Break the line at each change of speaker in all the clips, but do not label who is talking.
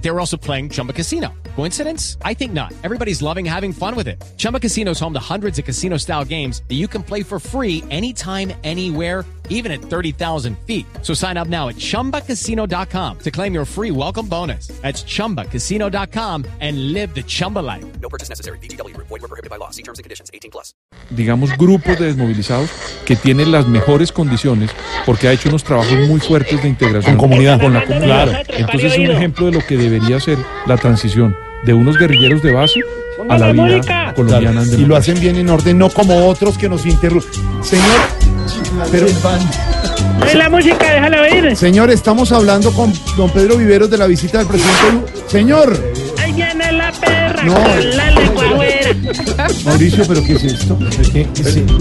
They were also playing Chumba Casino. Coincidence? I think not. Everybody's loving having fun with it. Chumba Casino is home to hundreds of casino style games that you can play for free anytime, anywhere even at 30,000 feet. So sign up now at ChumbaCasino.com to claim your free welcome bonus. That's ChumbaCasino.com and live the Chumba life.
No purchase necessary. BGW. Void were prohibited by law. See terms and conditions. 18 plus.
digamos, grupos de desmovilizados que tienen las mejores condiciones porque ha hecho unos trabajos muy fuertes de integración
Con comunidad.
Con la comunidad.
Claro.
Entonces es un ejemplo de lo que debería ser la transición de unos guerrilleros de base a la vida colombiana. en
Y lo
democracia.
hacen bien en orden, no como otros que nos interrumpen. Señor, pero,
Es la música, déjala oír.
señor, estamos hablando con don Pedro Viveros de la visita del presidente. Lu- Señor,
Ahí viene la perra
No.
con la lengua afuera.
Mauricio, pero ¿qué es esto?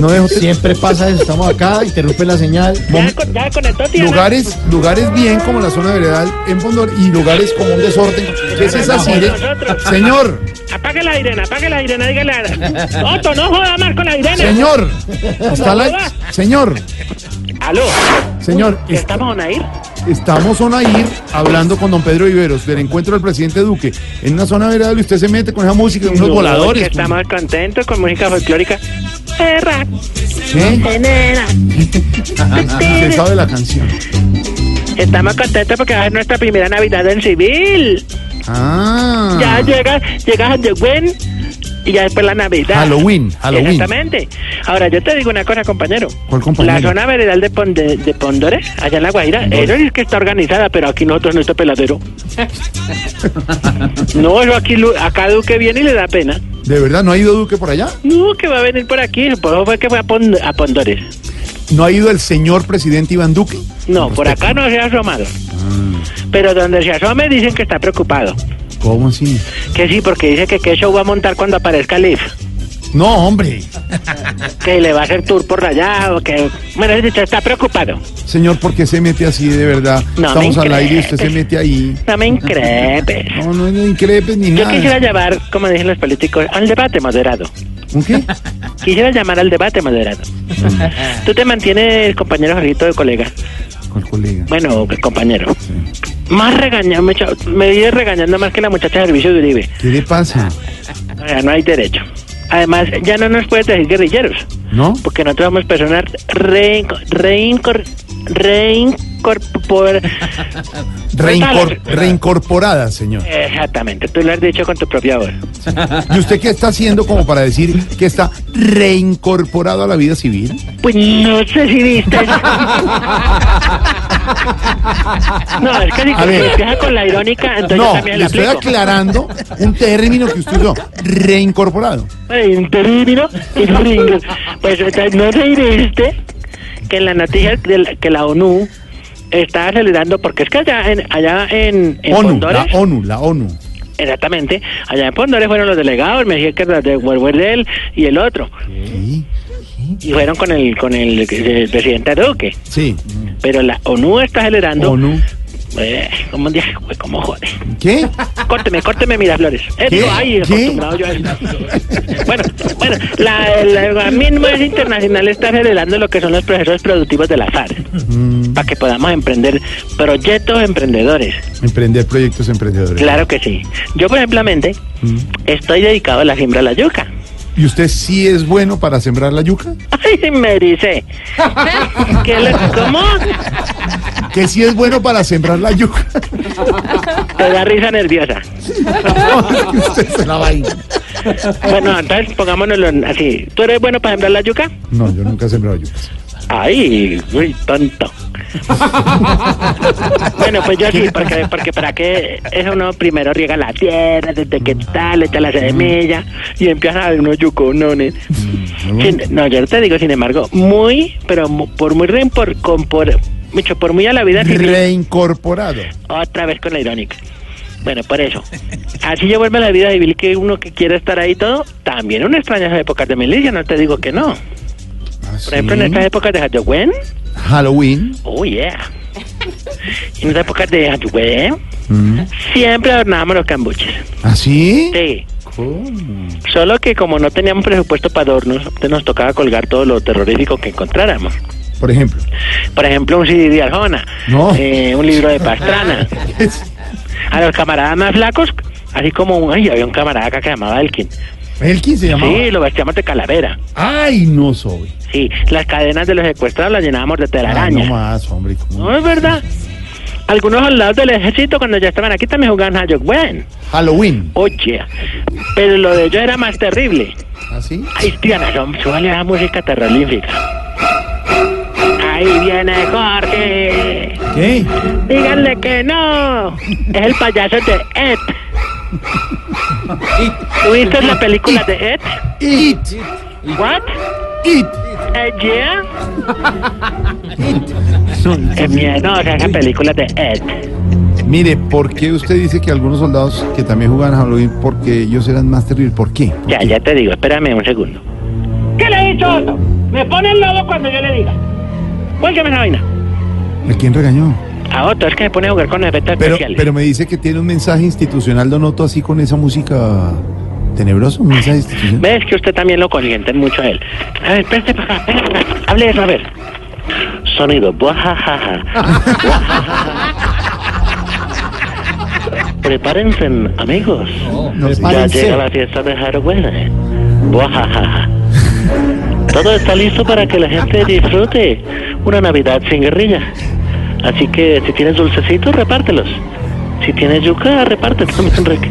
No Siempre pasa eso, estamos acá, interrumpe la señal.
Ya, con- ya conectó, tía. ¿no?
Lugares, lugares bien como la zona veredal en Fondor y lugares como un desorden. ¿Qué es esa sire-
Nosotros.
Señor,
Apague la sirena, apague la sirena, dígale a... Otto, no joda más con la sirena.
señor, está la- señor,
Aló,
señor,
¿que ¿estamos on air?
Estamos on air hablando con don Pedro Iberos del encuentro del presidente Duque en una zona veredal y usted se mete con esa música, unos
Que
voladores. pues.
estamos contentos con música folclórica. Perra,
¿Qué?
nena.
Usted sabe la canción.
Estamos contentos porque va a ser nuestra primera Navidad en civil.
Ah.
Ya llega, llega Halloween y ya después la Navidad.
Halloween, Halloween.
Exactamente. Ahora, yo te digo una cosa, compañero.
¿Cuál compañero?
La zona veredal de, Pon- de, de Pondores, allá en La Guaira, eso es que está organizada, pero aquí nosotros no está peladero. no, eso aquí, Lu- acá Duque viene y le da pena.
¿De verdad no ha ido Duque por allá?
No, que va a venir por aquí, por eso fue que fue a, Pon- a Pondores.
¿No ha ido el señor presidente Iván Duque?
No, por acá no se ha asomado.
Ah.
Pero donde se asome dicen que está preocupado.
¿Cómo así?
Que sí, porque dice que qué show va a montar cuando aparezca Leaf.
No, hombre.
que le va a hacer tour por allá o que bueno es dicho, está preocupado
Señor, ¿por qué se mete así de verdad?
No,
Estamos
me
al aire y
increpes.
usted se mete ahí.
no me increpes
No, no, no increpes ni
yo
nada.
quisiera llevar como dicen los políticos al debate moderado
¿Un qué?
quisiera llamar al debate moderado tú te mantienes compañero Jorgito de colega
¿Cuál colega?
bueno compañero más regañado me, echa- me vive regañando más que la muchacha de servicio de Uribe
¿Qué le pasa?
o sea no hay derecho además ya no nos puedes decir guerrilleros
¿No?
porque nosotros somos personas re, reincor, reincorpor-
Reincor- reincorporada, señor.
Exactamente, tú lo has dicho con tu propia voz.
¿Y usted qué está haciendo como para decir que está reincorporado a la vida civil?
Pues no sé si viste. no, es que si
A ver.
empieza con la irónica, entonces yo
No,
también
le
la
estoy
aplico.
aclarando un término que usted usó, reincorporado.
En término y gringo. Pues entonces, no te diriste que en la noticia de la- que la ONU está acelerando, porque es que allá en, allá en, en
ONU,
Pondores,
la ONU, la ONU.
exactamente, allá en Pondores fueron los delegados, me dije que era de Huerhuel y el otro,
Sí,
y fueron con el, con el, el presidente Duque.
sí.
Pero la ONU está acelerando.
ONU.
Eh, como un día, güey, como jode.
¿Qué?
Córteme, córteme, Miraflores. Eh,
¿Qué?
no, ay,
¿Qué?
acostumbrado yo a eso. Bueno, bueno, la, la, la misma es internacional está acelerando lo que son los procesos productivos de la FARC.
Mm.
Para que podamos emprender proyectos emprendedores.
Emprender proyectos emprendedores.
Claro que sí. Yo, por ejemplo,
Mm.
estoy dedicado a la siembra de la yuca.
¿Y usted sí es bueno para sembrar la yuca?
Ay, me dice. ¿Qué le, ¿Cómo?
Que sí es bueno para sembrar la yuca.
Te da risa nerviosa.
Que usted se la va a ir.
Bueno, entonces pongámonoslo así. ¿Tú eres bueno para sembrar la yuca?
No, yo nunca he sembrado yucas.
Ay, uy, tonto. bueno, pues yo sí, porque, porque para qué eso uno primero riega la tierra, desde que tal, echa la semilla y empieza a ver unos yuconones. Sin- no, yo te digo, sin embargo, muy, pero mu- por muy re- por, con, por, mucho, por muy a la vida civil,
Reincorporado.
otra vez con la irónica. Bueno, por eso. Así yo vuelvo a la vida civil que uno que quiere estar ahí y todo, también uno extraña esas épocas de milicia, no te digo que no.
Ah,
Por ejemplo,
sí.
en estas épocas de Halloween,
Halloween.
Oh, yeah. en
Mm. ¿Ah,
las épocas de Halloween, siempre adornábamos los cambuches.
¿Así?
Sí. Solo que como no teníamos presupuesto para adornos, entonces nos tocaba colgar todo lo terrorífico que encontráramos.
Por ejemplo.
Por ejemplo, un CD de Arjona,
No.
eh, un libro de Pastrana. A los camaradas más flacos, así como un, ay, había un camarada acá que se llamaba Elkin.
¿Elkin se llamaba?
Sí, lo vestíamos de calavera.
Ay, no soy.
Sí, las cadenas de los secuestrados las llenábamos de
Ah, no
telaraña.
más, hombre. ¿cómo?
No es verdad. Algunos soldados del ejército cuando ya estaban aquí también jugaban a Bueno,
Halloween.
oye, pero lo de ellos era más terrible.
¿Así?
Ay, tía, no, súbale la música terrorífica. Ahí viene Jorge.
¿Qué?
Díganle que no. Es el payaso de Ed. ¿Viste la película de Ed?
It.
What?
It.
Eh, yeah. Es miedosa esa película de Ed.
Mire, ¿por qué usted dice que algunos soldados que también jugaban a Halloween porque ellos eran más terribles? ¿Por qué?
Ya, ya te digo, espérame un segundo. ¿Qué le he dicho a Otto? Me pone el lobo cuando yo le diga. Cuélgame esa vaina.
¿A quién regañó?
A Otto, es que se pone a jugar con efectos
Pero,
especiales.
pero me dice que tiene un mensaje institucional, Donoto, así con esa música tenebrosa, un mensaje institucional.
¿Ves que usted también lo consienten mucho a él? A ver, espérate para acá, espérate para acá. Hable eso, a ver. Sonido. Buajajaja. Buajajaja. Prepárense, amigos.
No, sé.
Ya llega la fiesta de Halloween. Buajajaja. Todo está listo para que la gente disfrute una Navidad sin guerrilla. Así que si tienes dulcecitos, repártelos. Si tienes yuca, repártelos también, Enrique.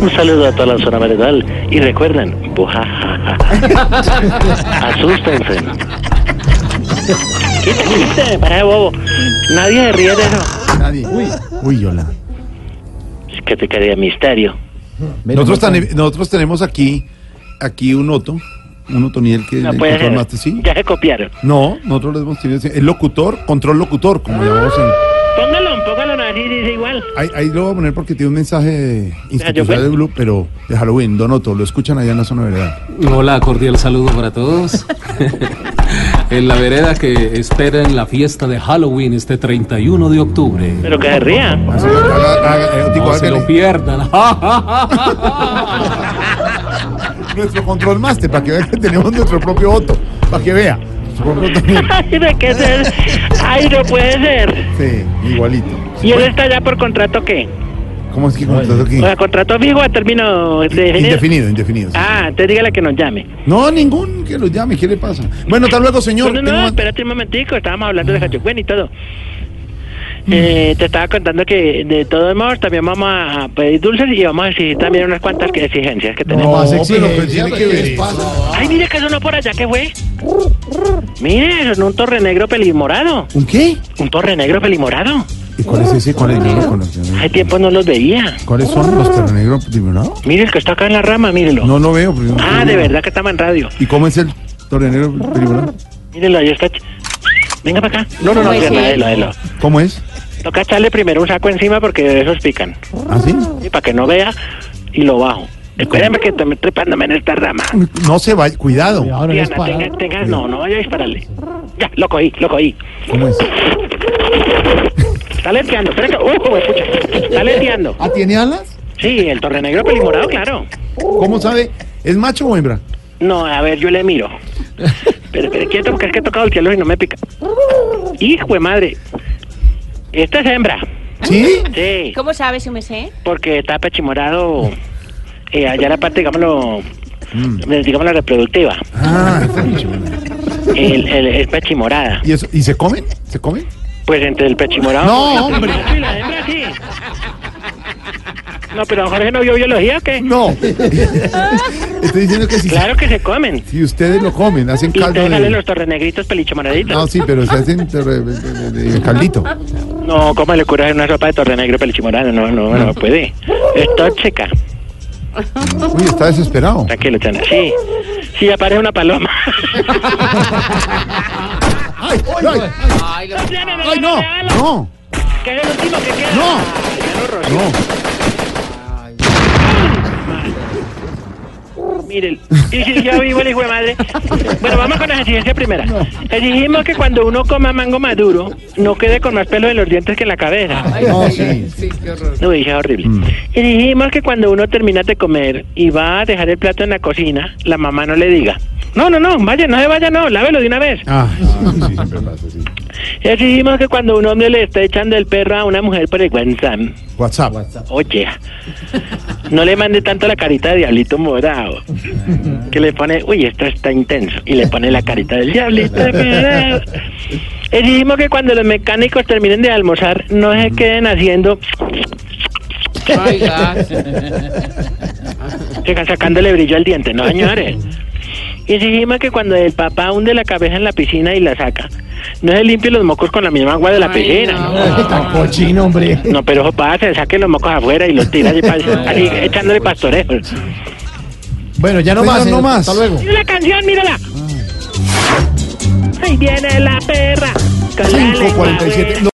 Un saludo a toda la zona veredal y recuerden, bujajaja. Asústense. Quítame, quítame, para de bobo. Nadie se ríe de eso.
Nadie. Uy, Yola.
Es que te quería misterio.
Nosotros, tane- nosotros tenemos aquí, aquí un Otto, un Otoniel que
No
le
puede ser.
controlaste, ¿sí?
Ya se copiaron.
No, nosotros lo hemos tenido, así, el locutor, control locutor, como llamamos en...
Póngalo, póngalo, así dice igual.
Ahí, ahí lo voy a poner porque tiene un mensaje institucional
Halloween.
del grupo, pero de Halloween, Donoto, lo escuchan allá en la zona verdad.
Hola, cordial saludo para todos. en la vereda que esperen la fiesta de Halloween este 31 de octubre.
Pero que se ría.
Así que haga- haga- eh, Tico,
No se
hágale.
lo pierdan.
nuestro control master, para que vea que tenemos nuestro propio Otto, para que vea. Nuestro propio Otto.
Ay, ¿de qué ser? Ay, no puede ser.
Sí, igualito.
¿Y él está ya por contrato qué?
¿Cómo es que contrató aquí?
O sea, contrato fijo a término de definir.
Indefinido, indefinido. sí.
Ah, entonces dígale que nos llame.
No, ningún que lo llame, ¿qué le pasa? Bueno, hasta luego,
No,
señor.
no,
Tengo-
no, espérate un momentico, estábamos hablando de Hachocuen y todo. Eh, te estaba contando que de todos modos también vamos a pedir dulces y vamos a exigir también unas cuantas que- exigencias que tenemos.
No,
Más
pero
exigencia,
pues tiene
pero
que
¿qué
ver
les
eso.
Ay, mire que sonó por allá, ¿qué fue? Mire, sonó un torre negro pelimorado.
¿Un qué?
Un torre negro pelimorado.
¿Y cuál es ese? ¿Cuál es el negro? ¿Cuál es el negro?
Hace tiempo no los veía.
¿Cuáles son los ternegros? No,
Mire el que está acá en la rama, mírelo.
no lo veo. porque no
Ah,
tengo-
de verdad que estamos en radio.
¿Y cómo es el tornegro?
Mírelo, ahí está. Venga para acá. No, no, no,
Pues
de
sí.
la, de la, de la.
¿Cómo es?
Toca echarle primero un saco encima porque de esos pican.
¿Ah, sí?
Y para que no vea, y lo bajo. Espérame que estoy trepándome en esta rama.
No se vaya, cuidado.
Cuidado, no les
Diana,
para.
tenga, tenga- no, no vaya a dispararle. Ya, lo cogí, lo cogí.
¿Cómo es?
Está leteando, espera que... ¡Uh, escucha! Está leteando.
¿Ah, tiene alas?
Sí, el torre negro pelimorado, claro.
¿Cómo sabe? ¿Es macho o hembra?
No, a ver, yo le miro. Pero, pero quieto, porque es que he tocado el cielo y no me pica. Hijo de madre. Esta es hembra.
¿Sí?
Sí.
¿Cómo sabes si me sé?
Porque está pechimorado eh, allá la parte, digámoslo,
Mm.
eh, digámoslo reproductiva.
Ah, está bien.
El, el- es pechimorada.
¿Y, eso, ¿Y se comen? ¿Se comen?
Pues entre el pechimorado. entre el
No, hombre.
macho Y la hembra, sí. No, pero don Jorge no vio biología o qué?
No. Estoy diciendo que si,
Claro que se comen.
si ustedes lo comen, hacen
Y
caldo
ustedes salen
de...
los torrenegritos pelichimoraditos.
No, sí, pero se hacen torre- de- de- de- de caldito.
No, ¿cómo le ocurre hacer una sopa de torre negro pelichimorano? No, no, no puede. Es tóxica.
Uy, está desesperado.
Tranquilo, Chana. Sí, sí, aparece una paloma.
¡Ay, ay, ay, no! ¡No!
Que es el último que queda.
No.
Ya lo roció.
¡No!
Miren, y si yo vivo el hijo de madre. Bueno, vamos con las exigencias primeras. Exigimos que cuando uno coma mango maduro, no quede con más pelo en los dientes que en la
Ah,
cabeza.
No, sí.
No, dije horrible.
Mm.
Exigimos que cuando uno termina de comer y va a dejar el plato en la cocina, la mamá no le diga. No, no, no, vaya, no se vaya, no, lávelo de una vez.
Ah, sí, sí, siempre pasa, sí.
Exigimos que cuando un hombre le está echando el perro a una mujer por el WhatsApp,
WhatsApp.
oye, no le mande tanto la carita de diablito morado, que le pone, uy, esto está intenso, y le pone la carita del diablito morado. Exigimos que cuando los mecánicos terminen de almorzar, no se queden haciendo, que- sacándole brillo al diente, no señores. Exigimos que cuando el papá hunde la cabeza en la piscina y la saca, no se limpie los mocos con la misma agua de la piscina, ¿no?
Tan cochino, hombre.
No, pero eso pasa, se saque los mocos afuera y los tira allí, pa- así, echándole pastoreo.
Bueno, ya no más.
Señor, no más.
señor.
eh.
Hasta luego.
Mira la canción, mírala. Ahí viene la perra. con la lengua
5.47.
afuera.